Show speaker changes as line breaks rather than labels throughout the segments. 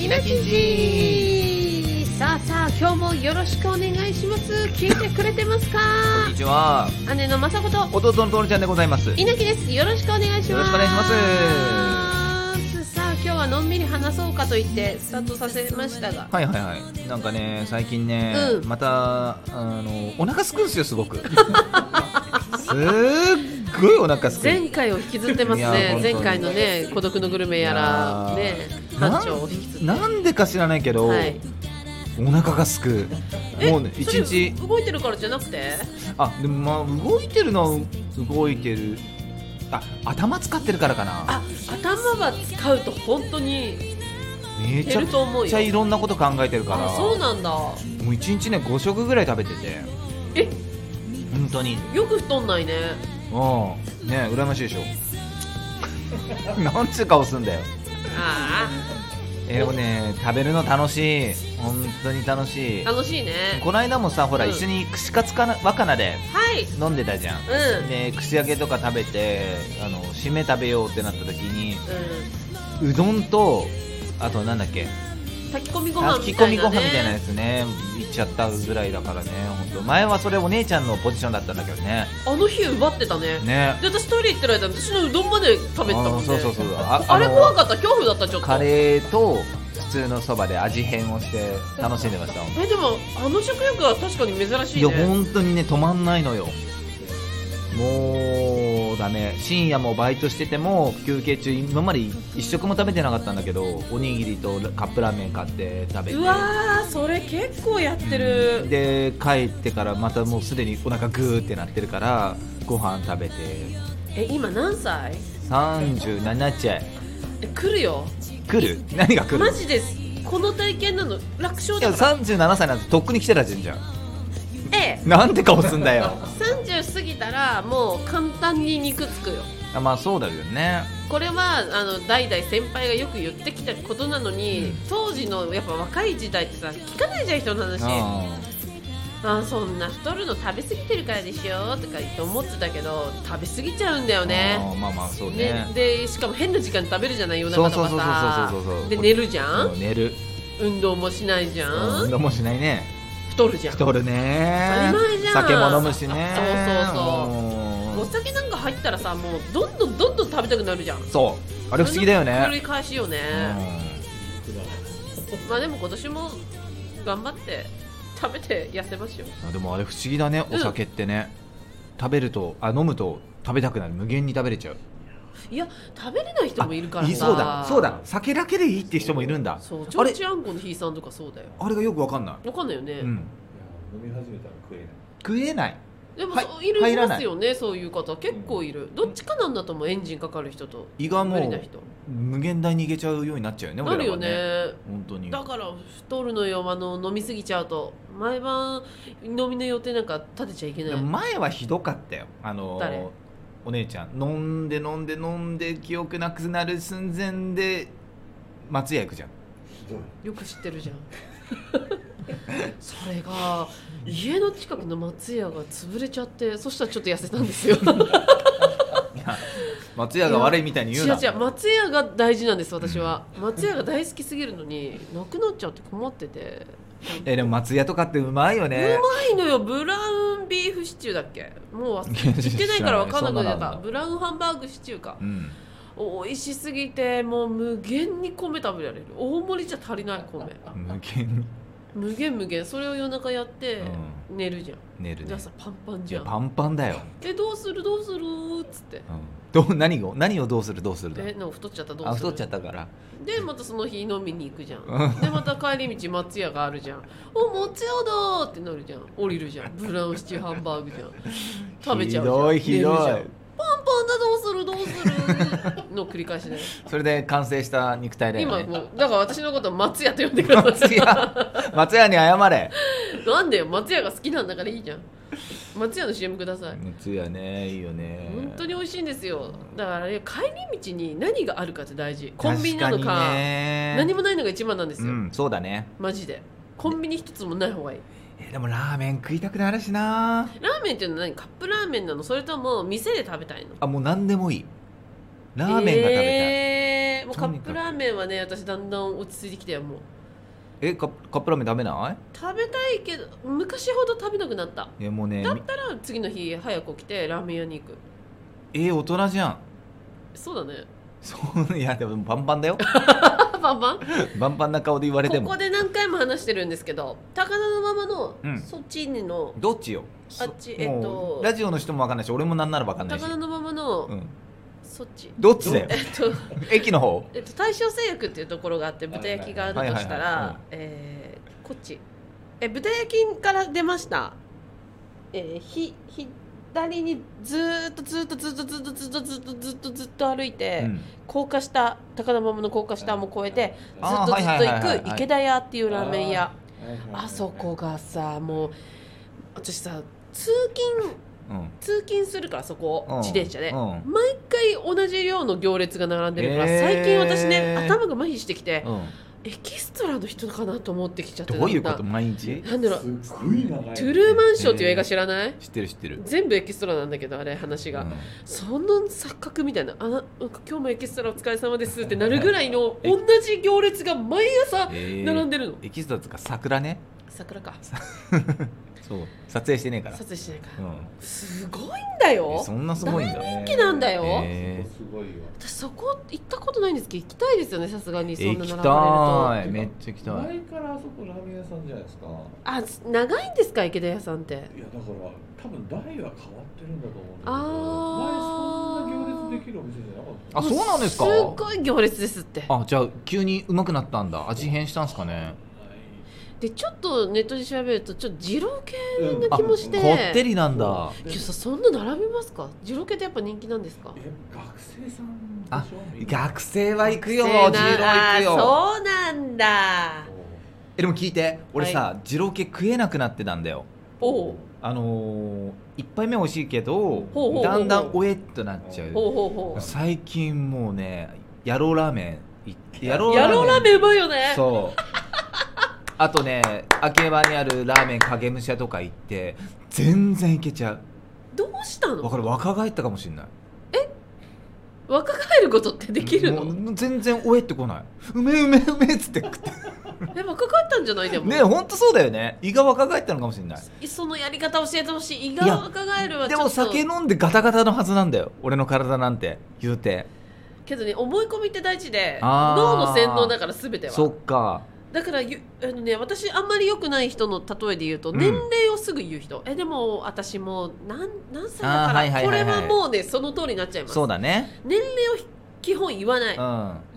イマキンジさあさあ今日もよろしくお願いします聞いてくれてます か
こんにちは。
姉の雅子と
弟のとるちゃんでございます。
稲木ですよろしくお願いします
よろしくお願いし
ますさあ今日はのんびり話そうかと言ってスタートさせましたが
はいはいはい。なんかね、最近ね、
うん
また、あの、お腹すくんですよ、すごく。 すっごいお腹すく
前回を引きずってます
いや
ね
本当
前
に
回のね孤独のグルメやら
いや
ね
ー
班長を引きずって
なんなんでか知らないけど、
はい
お腹がすく。もうね、一
それ
日、
動いてるからじゃなくて
あ、でもまあ、動いてるのは動いてる。あ、頭使ってるからかな。
あ頭は使うと本当に
めちゃ
減ると思う
くちゃい
よ
ろんなこと考えてるから。
あそうなんだ
もう一日ね、5食ぐらい食べてて。
え
本当に。
よく太んないね
うんねえ羨ましいでしょ なんつう顔すんだよ
あ
えー、ね食べるの楽しい本当に楽しい
あ楽しいね
こないだもさほら、
うん
一緒に串カツかな若菜で
はい
飲んでたじゃん
うん
で串揚げとか食べてあの締め食べようってなった時に
う
うどんとあとなんだっけ
ん炊き込みご飯
炊
み
き
た
込
い
みご
な
飯みたいなや
ね
つねいっちゃったぐらいだからね本当前はそれお姉ちゃんのポジションだったんだけどね
あの日奪ってたね
ね
で私トイレ行ってる間私のうどんまで食べてたもんね
あそうそうそう
あ
あ
れ
あの
怖かった恐怖だったちょっと
カレーと普通のそばで味変をして楽しんでました、
えでもあの食欲は確かに珍し
い
い
や
ね
本当にね止まんないのよもうだね深夜もバイトしてても休憩中今まで一食も食べてなかったんだけどおにぎりとカップラーメン買って食べて
うわーそれ結構やって
うん
る
で帰ってからまたもうすでにお腹グーってなってるからご飯食べて
え今何歳
37ちゃい
え来るよ
来る何が来る
マジですこの体験なの楽勝
いや
だから
37歳なんてとっくに来てたじゃん
ええ
なんて顔すんだよ
30過ぎたらもう簡単に肉つくよ
あまあそうだよね
これはあの代々先輩がよく言ってきたことなのに、当時のやっぱ若い時代ってさ聞かないじゃん人の話あ
う
ーそんな太るの食べ過ぎてるからでしょとか言って思ってたけど食べ過ぎちゃうんだよ
ん
ね
あーまあまあそう
ね
ね
でしかも変な時間に食べるじゃない夜中とかさ
そうそうそうそうそうそう
で寝るじゃ
うんん寝る
運動もしないじゃん、
運動もしないね
太るじゃん
太るね
当たり前じゃん
酒も飲むしね
そうお酒なんか入ったらさもうどんどんどんどん食べたくなるじゃん
うんそうあれ不思議だよ
繰り
ね
返しよね、まあでも今年も頑張って食べて痩せますよ
うんでもあれ不思議だねお酒ってね食べるとあ飲むと食べたくなる無限に食べれちゃう
いや食べれない人もいるから
あ
さ
いそうだそうだ酒だけでいいって人もいるんだ
そうちょ
あ
う
れ
ちあんこのひいさんとかそうだよ
あれがよくわかんな
わかんないよね、
いうん
飲み始めたら食えない
食えない
でも、
はい
そういる
入
い
ら
ま
ない
すよねそういう方結構いるどっちかなんだと思うエンジンかかる人と
胃がも
無理な
う
人
無限大にいけちゃうようになっちゃうよね
なる
俺ら
よ
は
ね
本当に
だから太るのよあの飲みすぎちゃうと毎晩飲みの予定なんか立てちゃいけない
でも前はひどかったよあの
誰
お姉ちゃん飲んで飲んで飲んで記憶なくなる寸前で松屋行くじゃん
ひどい
よく知ってるじゃん それが家の近くの松屋が潰れちゃってそしたらちょっと痩せたんですよ
松屋が悪いみたいに言う
違う
な
違う松屋が大事なんです私は松屋が大好きすぎるのになくなっちゃって困ってて
えでも松屋とかってうまいよね
うまいのよブラウンビーフシチューだっけもう忘
いや
れ言ってないから分かんなくなっちゃっ
知らないそんなのあ
た
んだ
ブラウンハンバーグシチューか
うん
美味しすぎてもう無限に米食べられる大盛りじゃ足りない米
無限に
無限無限それを夜中やって寝るじゃん、
寝
じ
るね
ゃあさパンパン
い
じゃ
や
ん
パンパンだよ、
えどうするどうするっつって
うんどう何を何をどうするどうするだ
えなんか太っちゃったどうする
あ太っちゃったから
でまたその日飲みに行くじゃん
うん
でまた帰り道松屋があるじゃんお松屋だーってなるじゃん降りるじゃんブラウンシチューハンバーグじゃん 食べちゃうじゃん
ひどい
寝る
ひ
じゃ
ど
ん
い
パンパンだどうするどうするの繰り返し ね
それで完成した肉体だよ
今
ね
もうだから私のこと松屋と呼んでくださ
松
い
屋松屋に謝れ
なんでよ松屋が好きなんだからいいじゃん松屋の CM ください
松屋ねいいよね
本当に美味しいんですよだからあれ帰り道に何があるかって大事コンビニなのか
確にね
何もないのが一番なんですよ、
うんそうだね
マジでコンビニ一つもない方がいい
えでもラーメン食いたくなるしな
ラーメンっていうのは何カップラーメンなのそれとも店で食べたいの
あもう何でもいいラーメンが食べたい、え
えーもうカ
とに
ッ
かく
プラーメンはね私だんだん落ち着いてきたよもう
カップカップラーメン食べな
食べたいけど昔ほど食べなくなった
いいやもうね
だったら次の日早く起きてラーメン屋に行く
みえ大人じゃん
そうだね
そういやでもバンバ ンだよ
バンバン
バンバンな顔で言われて
こ
も
こで何回も話してるんですけど高田のままの、
うん
そっちの
どっちよ
あっち
そ
えっと
もうラジオの人もわかんないし俺もなんならわかんないし
高田のままの、
うん
そっち
どっちだよ
えっと
駅の方
えっと、大正製薬っていうところがあって
はい
豚焼きがあるとした
はいはいはいはい
らえーこっちえ豚焼きから出ましたえーひ左にずーっとずーっとずーっとずーっとずーっとずーっとずーっとずーっと歩いて、
うん
高架下高田馬場の高架下も越えて、ず
あ
っ
ー
とずっと
はいはいはい
行
はい
く池田屋っていうラーメン屋
はいはいはいはい
あそこがさもう私さ通勤
うん
通勤するからそこ
うん
を自転車で、
うん
毎回同じ量の行列が並んでるから、
へー
最近私ね頭が麻痺してきて、
うん
エキストラの人かなと思ってきちゃって
どういうこ
な
と
んか
毎日
なんだろう
すっごい長い
トゥルーマンショーっていう映画知らない、
知ってる知ってる
全部エキストラなんだけどあれ話が、
うん
その錯覚みたいなあななんか今日もエキストラお疲れ様ですってなるぐらいの同じ行列が毎朝
えー
並んでるの、
エキストラとか桜ね
桜か
そう撮影してねえから
撮影してないから、
うん
すごいんだよ
えそんなすごいんだ
大
人気なんだよ
へー
すごいよ
私そこ行ったことないんですけど行きたいですよねさすがにそんな
行
並
き
ばれる
た
と
いめっちゃ行きたい
前からあそこラーメン屋さんじゃないですかい
あ長いんですか池田屋さんって
やだから多分台は変わってるんだと思うんだけど
あー
前そんな行列できるお店じゃなかった
あそうなんですか
すっごい行列ですって
あじゃあ急にうまくなったんだ味変したんすかね
でちょっとネットで調べるとちょっと二郎系
うん
な気もして
こってりなんだ
いやさそんな並びますか二郎系ってやっぱ人気なんですか
え学生さんでしょ
あ
みんな
学生は行くよ
せ
二
ー
郎
な
行くよ
あーそうなんだ
えでも聞いて俺さ二郎系食えなくなってたんだよ
おう
あのー、一杯目美味しいけど
ほうほうほう
だんだんおえっとなっちゃ
ほ
う
うほうほ
最近もうね野郎ラーメンい野郎
うやろうラーメンうまいよね
そうあとね秋葉にあるラーメン影武者とか行って全然いけちゃう
どうした
わ
の
かる若返ったかもしんない
若返ることってできるの
もう全然おえってこないうめえうめえうめえっつって食って
え若返ったんじゃないでも
ねえほんとそうだよね胃が若返ったのかもしんない
そのやり方教えてほしい胃
いや
が若返るはち
で
ょっと
も酒飲んでガタガタのはずなんだよ俺の体なんて言うて
けどね思い込みって大事で
あー
脳の洗脳だから全ては
そっか
だからゆあの、ね、私あんまり良くない人の例えで言うと、
うん
年齢をすぐ言う人えでも私もう何何歳だか
あー
ら、
はいはいはいはい
これはもうねその通りになっちゃいます
そうだね
年齢をひ基本言わない
うん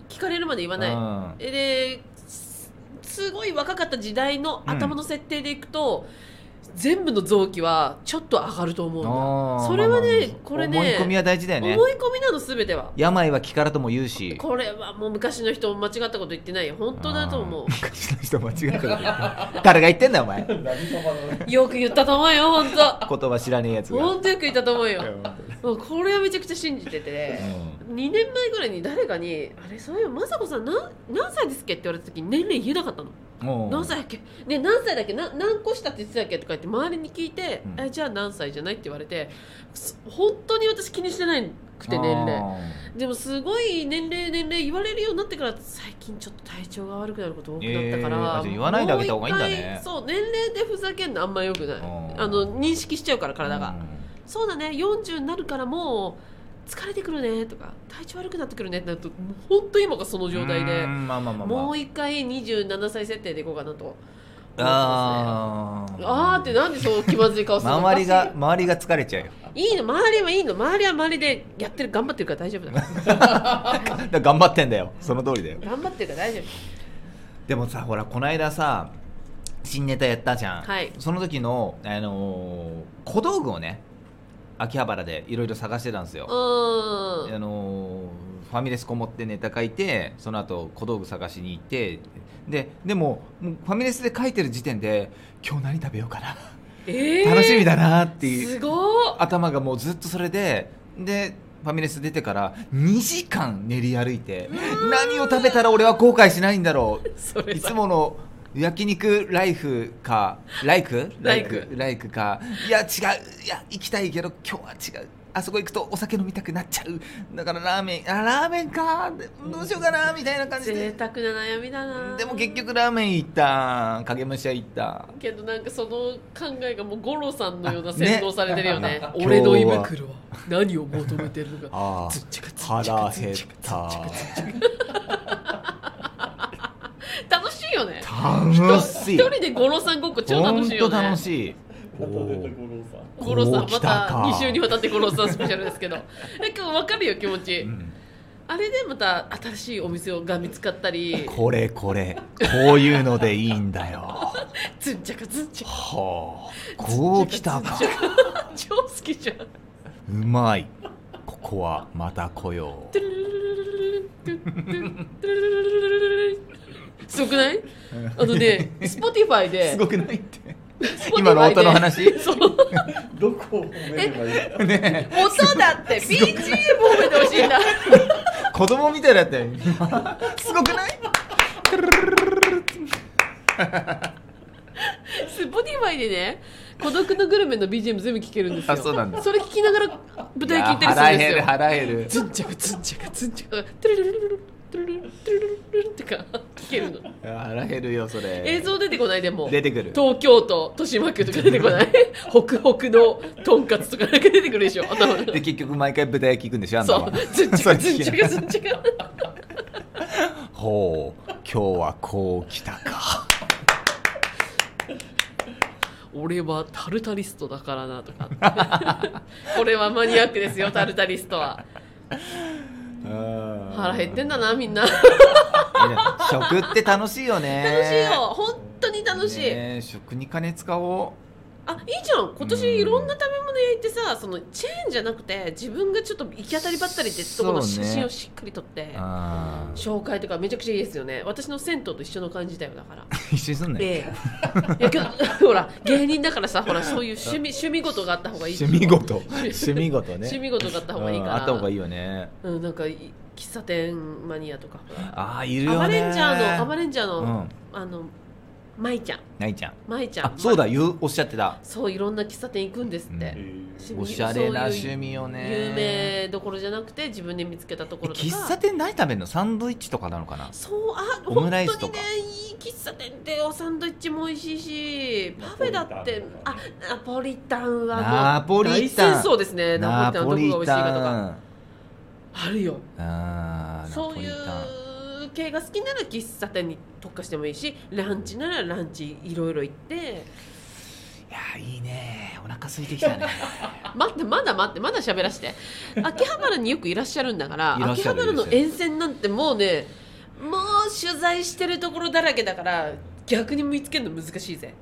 聞かれるまで言わない、
うん
えですすごい若かった時代の頭の設定でいくと、全部の臓器はちょっと上がると思うんだ
あー
それはね
まあまあまあ
これね
思い込みは大事だよね
思い込みなの全ては
病は気からとも言うし
これはもう昔の人も間違ったこと言ってないよ本当だと思う
あー昔の人間違ったこと言う誰が言ってんだよお前言
何様の
よく言ったと思うよ 本当
葉知らねえやつが
本当よく言ったと思うよ
うん
もうこれはめちゃくちゃ信じてて2年前ぐらいに誰かに「あれそういう雅子さん何何歳ですっけ?」って言われた時に年齢言えなかったの
も
「
う
何歳だっけね何歳だっけな何個下って言ってたっけ?」とか言って周りに聞いて「
うん
えじゃあ何歳じゃない?」って言われてす本当に私気にしてないくて年齢
あー
でもすごい年齢年齢言われるようになってから最近ちょっと体調が悪くなること多くなったから、
えーあじゃあ言わないであげた方がいいんだね
もう一回そう年齢でふざけんのあんまよくない
うん
あの認識しちゃうから体が、
うん
そうだね40になるからもう疲れてくるねとか体調悪くなってくるねってなるともう本当今がその状態
うー
で
んまあまあまあまあ
もう一回27歳設定でいこうかなと思ってますね
あー
あーってなんでそう気まずい顔するの
周りが周りが疲れちゃうよ
私いいの周りはいいの周りは周りでやってる頑張ってるから大丈夫だ
だから頑張ってんだよその通りだよ
頑張ってるから大丈
でもさほらこの間さ新ネタやったじゃん、
はい
その時の、あのー小道具をね秋葉原でいろいろ探してたんですよ、
夫うー
あ
ん
のーファミレスこもってネタ書いてその後小道具探しに行ってででももうファミレスで書いてる時点で今日何食べようかな、
えー
楽しみだなっていう
すごー
頭がもうずっとそれででファミレス出てから2時間練り歩いて何を食べたら俺は後悔しないんだろう
それ
いつ
さ
もの焼肉ライフかライク
ライク
ライクかいや違ういや行きたいけど今日は違うあそこ行くとお酒飲みたくなっちゃうだからラーメンあラーメンかどうしようかなみたいな感じ
贅
で
沢な悩みだな
でも結局ラーメン行った影武者行った
けどなんかその考えがもう五郎さんのような
あね
洗脳されてるよね
今日は
俺の胃袋は何を求めてるのか
あ
ズッチカズッチ
腹
カズ
減
ッ
っ
チカ
た
楽しいよね
楽しい
一人で五郎さんごっこ超楽しいよ
本当
ね
楽しい
また出た五郎さん
五郎さ
お
ん
ー
ま
来た
た
か
2週にわたって五郎さんスペシャルですけどえ今日分かるよ気持ち、
うん
あれでまた新しいお店が見つかったり
これこれこういうのでいいんだよ
ズンチャカズンチャカ
はあこうきたか
超好きじゃん
うまいここはまた来よ
トゥルルルルルルントゥルトゥルルルルルルンすごくないあのね Spotify
う
です
ごくないって今
Spotify
の
で
音の話
そう音
どこを褒めればいいか
ね
だって BGM 褒めてほしいんだ
え子供みたいだったよすごくない
Spotify でね孤独のグルメの BGM 全部聴けるんですよ
あそうなんだ
それ聴きながら舞台聴いてる
や
するん
腹
で
減
すよ
る腹減る
ズンチャカズンチャカズンチャカトゥルルルルルントゥルルルルルルンってか聴けるの
腹減るよそれ
映像出てこないでも
出てくる
東京都豊島区とか出てこない北北のとんかつとかだけ出てくるでしょ頭の
で結局毎回豚焼き行くんでしょあんた
そ
は
うずんちゃかずんち
そ
ゃ
れ
かずんちゃか
ほう今日はこうきた か
俺はタルタリストだからなとかこれはマニアックですよタルタリストは腹
腹
減ってんだなみんな楽
食って楽しいよね
しいよ本当に楽しい、
ねえ食に金使お
あいいじゃん今
うん
年いろんな食べ物屋行ってさそのチェーンじゃなくて自分がちょっと行き当たりばったりってとこの
そう
写
ね
真をしっかり撮って、
うあー
紹介とかめちゃくちゃいいですよね私の銭湯と一緒の感じだよだ から
一緒にすんね
ええ、いやけど ほら芸人だからさほらそういう 趣味趣味事があった方がいい
趣味事趣味事ね
趣味事があった方がいいか
うん
ら
あった方がいいよね
うん、なんかい喫茶店マニアとかほら
ああいる
アバ
よね
レンジャーのアバ
レ
レンジャーの、
うん
あの舞ちゃん
ないちゃん
舞ちゃん
あそうだ
ま
言うおっしゃってた
そういろんな喫茶店行くんですって、
うん
趣味
おしゃれな趣味よね
有名どころじゃなくて自分で見つけたところとか
喫茶店何食べんのサンドイッチとかなのかな
そうあ本
オ
当
ムライス
に
とか
ねいい喫茶店でおサンドイッチも美味しいしパフェだってあナポリタンはもう
ナポリタン
大戦争ですねナポリタンどこが美味しいかとか
ン
あるよ
あーナ
そう
ポリ
い
タン
う系が好きなら喫茶店に特化してもいいしランチならランチいろいろ行って
いやーいいねお腹空いてきた ね
待ってまだ待ってまだ喋らして秋葉原によくいらっしゃるんだから
いらっ
秋
しゃ
葉
る
原の沿線なんてもうねもう取材してるところだらけだから逆に見つけるの難しいぜ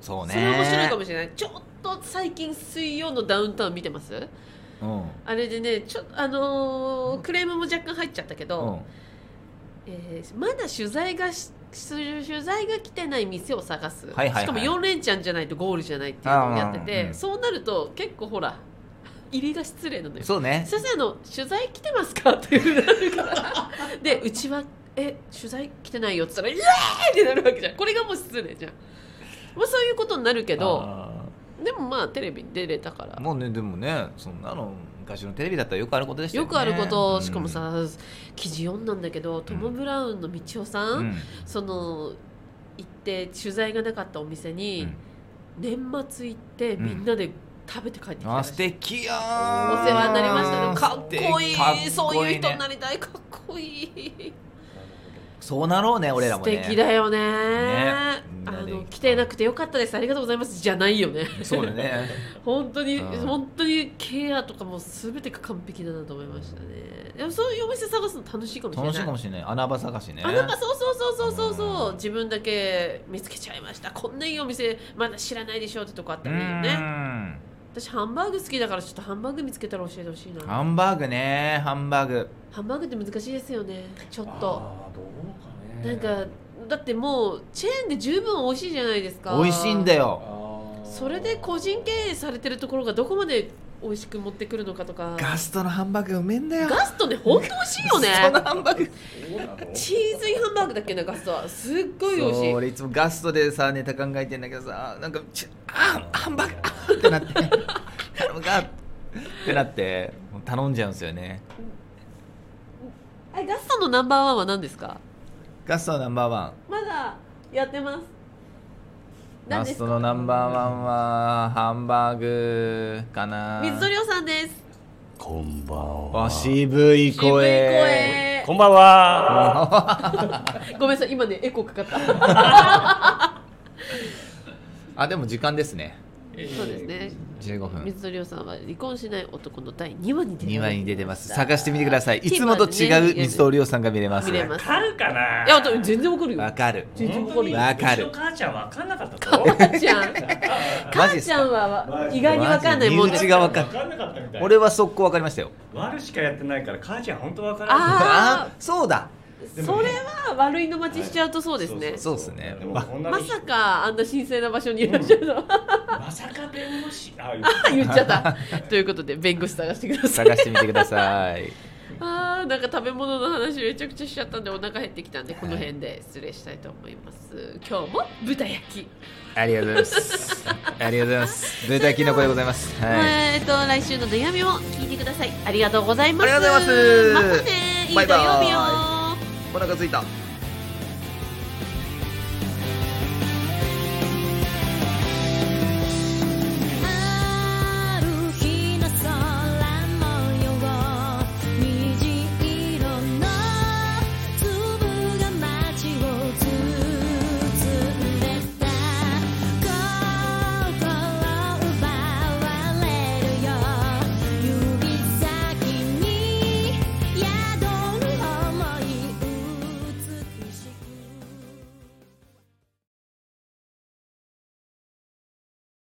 そうね
それ面白いかもしれないちょっと最近水曜のダウンタウン見てますあれでねちょあのークレームも若干入っちゃったけど、
うん、うん、
えーまだ取材がし取材が来てない店を探す、
はいはいはい
しかも4連チャンじゃないとゴールじゃないっていうのをやってて、
あーうん
そうなると結構ほら入りが失礼なのよ
そうね
先生あの取材来てますかって言うなるからでうちはえ取材来てないよって言ったらイエーイってなるわけじゃんこれがもう失礼じゃんまあそういうことになるけど
あ
でもまあテレビに出れたから
もうねでもねそんなの昔のテレビだったらよくあることでしたよ
よ
ね
くあること、
うん
しかもさ記事読んだんだけどトム・ブラウンの道夫さ、
うんん
その行って取材がなかったお店
う
に
ん、
年末行って
うん
みんなで食べて帰ってきた
あ
ら
素
しい、
敵や
お
ー
世話になりましたねかっこいい
素敵かっこね
そういう人になりたいかっこいい
ーなるほど
そうなろうね俺らもね
素敵だよね
みん
あ
なで
の来てなくてよかったですありがとうございますじゃないよね
そう だね
本当に
うん
本当にケアとかも全てが完璧だなと思いましたねでもそういうお店探すの楽しいかもしれない
楽しいかもしれない穴場探しね
あなんかそうそうそうそうそうそう
うん
自分だけ見つけちゃいましたこんないいお店まだ知らないでしょってとこあった
う
らいいよね
ん
私ハンバーグ好きだからちょっとハンバーグ見つけたら教えてほしいな
ハンバーグねハンバーグ
ハンバーグって難しいですよねちょっと
あーどうか
な
ね
んかだってもうチェーンで十分美味しいじゃないですか
美味しいんだ
あ
よ
ー
それで個人経営されてるところがどこまで美味しく持ってくるのかとか
ガストのハンバーグがうめえんだよ
ガストね本当美味しいよね
そのハンバーグ
そうなの
チーズインハンバーグだっけなガストはすっごい美味し
そう
い
俺いつもガストでさネタ考えてんだけどさなんかちあハンバーグあってなって頼むかってなってもう頼んじゃうんですよね
あガストのナンバーワンは何ですか
ガストのナンバーワン
まだやってます何
ガ
で
ス
す
トの
か
ナンバーワンはハンバーグかな
水鳥おさんです
こんばん
あ
は。
渋い
渋い
声
声
こんばんは。
ごめんなさい今ねエコーかかった
あでも時間ですね
そうですね
15分
水鳥おさんは離婚しない男の第2話に出て
2枚に出てま
した
す探してみてくださいい
TVer
つもと違う
でね
水戸亮さんが見れます
見れます
買うかない
や私全然わかるよ
わかる
全然わかるよ
わかる
うちの母ちゃんわかんなかったぞ
母ちゃん
マジ
母
っす
ちゃん
か
は意外にわかんないもんです
身内がわかる
わかんなかったみたい
俺は速攻わかりましたよ
悪しかやってないから母ちゃん本当わからない
あー
あそうだ
それは悪いの待ちしちゃうとそうですね
そうですね
でもこんな
ま
の
さかあんな神聖な場所にいらっしゃるのは
まさか弁護士あ
言っちゃったということで弁護士探してください
探してみてください
あーなんか食べ物の話めちゃくちゃしちゃったんでお腹減ってきたんでこの辺で失礼したいと思います今日も豚焼き、
ありがとうございますありがとうございます豚キノコでございますはい、
えーっと来週の土曜日も聞いてくださいありがとうございます
ありがとうございま
またね
す
いい土曜日よ
バイバお腹すいた